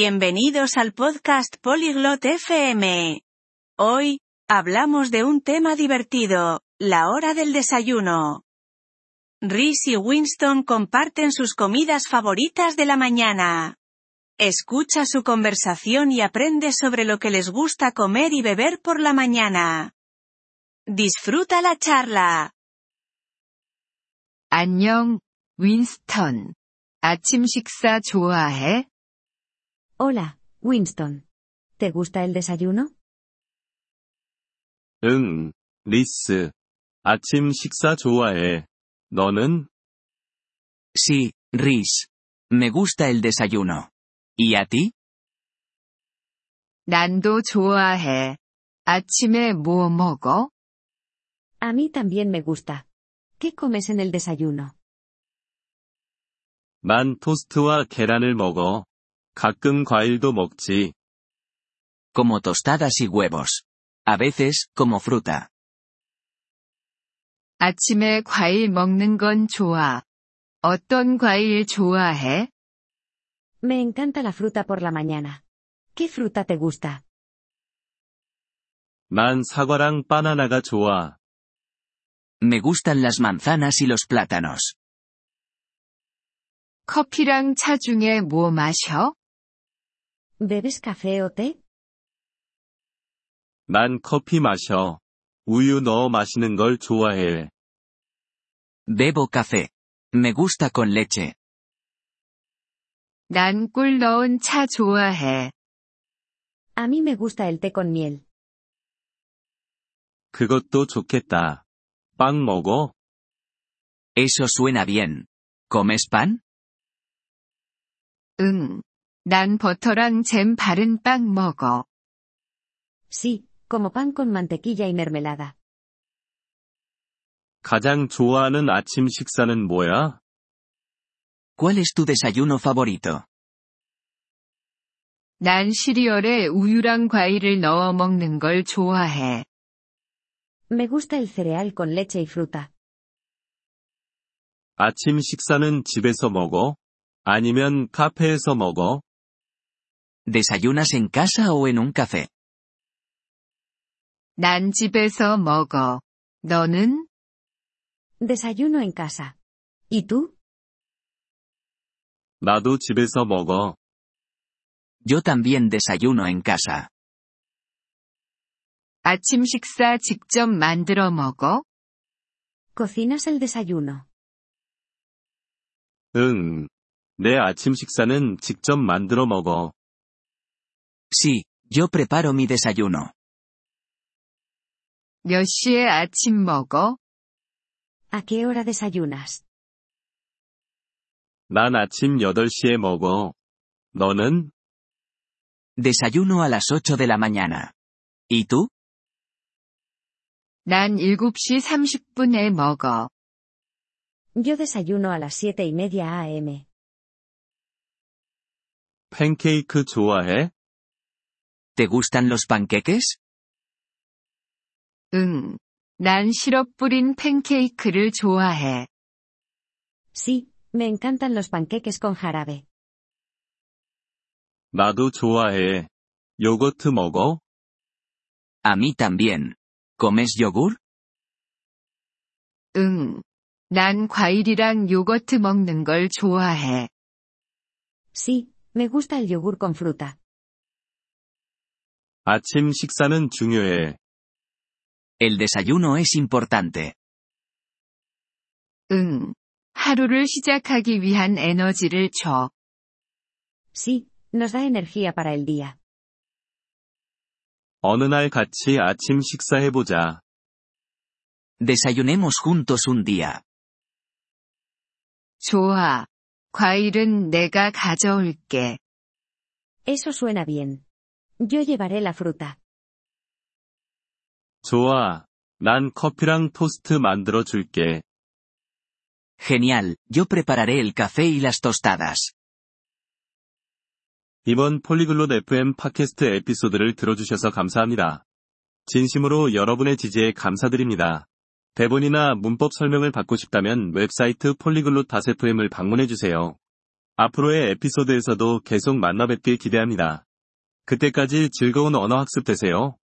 Bienvenidos al podcast Polyglot FM. Hoy, hablamos de un tema divertido, la hora del desayuno. Rhys y Winston comparten sus comidas favoritas de la mañana. Escucha su conversación y aprende sobre lo que les gusta comer y beber por la mañana. Disfruta la charla. 안녕, 윈스턴. 아침 식사 좋아해? Hola, Winston. ¿Te gusta el desayuno? 응, 리스. 아침 식사 좋아해. 너는? Sí, Rhys. Me gusta el desayuno. ¿Y a ti? 난도 좋아해. 아침에 뭐 먹어? A mí también me gusta. ¿Qué comes en el desayuno? 난 토스트와 계란을 먹어. 가끔 과일도 먹지. Como tostadas y huevos. A veces, como fruta. 아침에 과일 먹는 건 좋아. 어떤 과일 좋아해? Me encanta la fruta por la mañana. ¿Qué fruta te gusta? 난 사과랑 바나나가 좋아. Me gustan las manzanas y los plátanos. 커피랑 차 중에 뭐 마셔? ¿Bebes café o té? 난 커피 마셔. 우유 넣어 마시는 걸 좋아해. Bebo café. Me gusta con leche. 난 꿀 넣은 차 좋아해. A mí me gusta el té con miel. 그것도 좋겠다. 빵 먹어? Eso suena bien. ¿Comes pan? 응. 난 버터랑 잼 바른 빵 먹어. Sí, como pan con mantequilla y mermelada. 가장 좋아하는 아침 식사는 뭐야? ¿Cuál es tu desayuno favorito? 난 시리얼에 우유랑 과일을 넣어 먹는 걸 좋아해. Me gusta el cereal con leche y fruta. 아침 식사는 집에서 먹어? 아니면 카페에서 먹어? ¿Desayunas en casa o en un café? 난 집에서 먹어. 너는? Desayuno en casa. ¿Y tú? 나도 집에서 먹어. Yo también desayuno en casa. 아침 식사 직접 만들어 먹어? ¿Cocinas el desayuno? 응. 내 아침 식사는 직접 만들어 먹어. Sí, yo preparo mi desayuno. 몇 시에 아침 먹어? ¿A qué hora desayunas? 난 아침 8시에 먹어. 너는? Desayuno a las 8 de la mañana. ¿Y tú? 난 7시 30분에 먹어. Yo desayuno a las 7 y media AM. 팬케이크 좋아해? ¿Te gustan los panqueques? 응. 난 시럽 뿌린 팬케이크를 좋아해. Sí, me encantan los panqueques con jarabe. 나도 좋아해. 요거트 먹어? A mí también. ¿Comes yogur? 응. 난 과일이랑 요거트 먹는 걸 좋아해. Sí, me gusta el yogur con fruta. 아침 식사는 중요해. El desayuno es importante. 응. 하루를 시작하기 위한 에너지를 줘. Sí, nos da energía para el día. 어느 날 같이 아침 식사해보자. Desayunemos juntos un día. 좋아. 과일은 내가 가져올게. Eso suena bien. Yo llevaré la fruta. 좋아. 난 커피랑 토스트 만들어 줄게. Genial, yo prepararé el café y las tostadas. 이번 폴리글롯 FM 팟캐스트 에피소드를 들어주셔서 감사합니다. 진심으로 여러분의 지지에 감사드립니다. 대본이나 문법 설명을 받고 싶다면 웹사이트 폴리글롯 FM을 방문해주세요. 앞으로의 에피소드에서도 계속 만나뵙길 기대합니다. 그때까지 즐거운 언어 학습 되세요.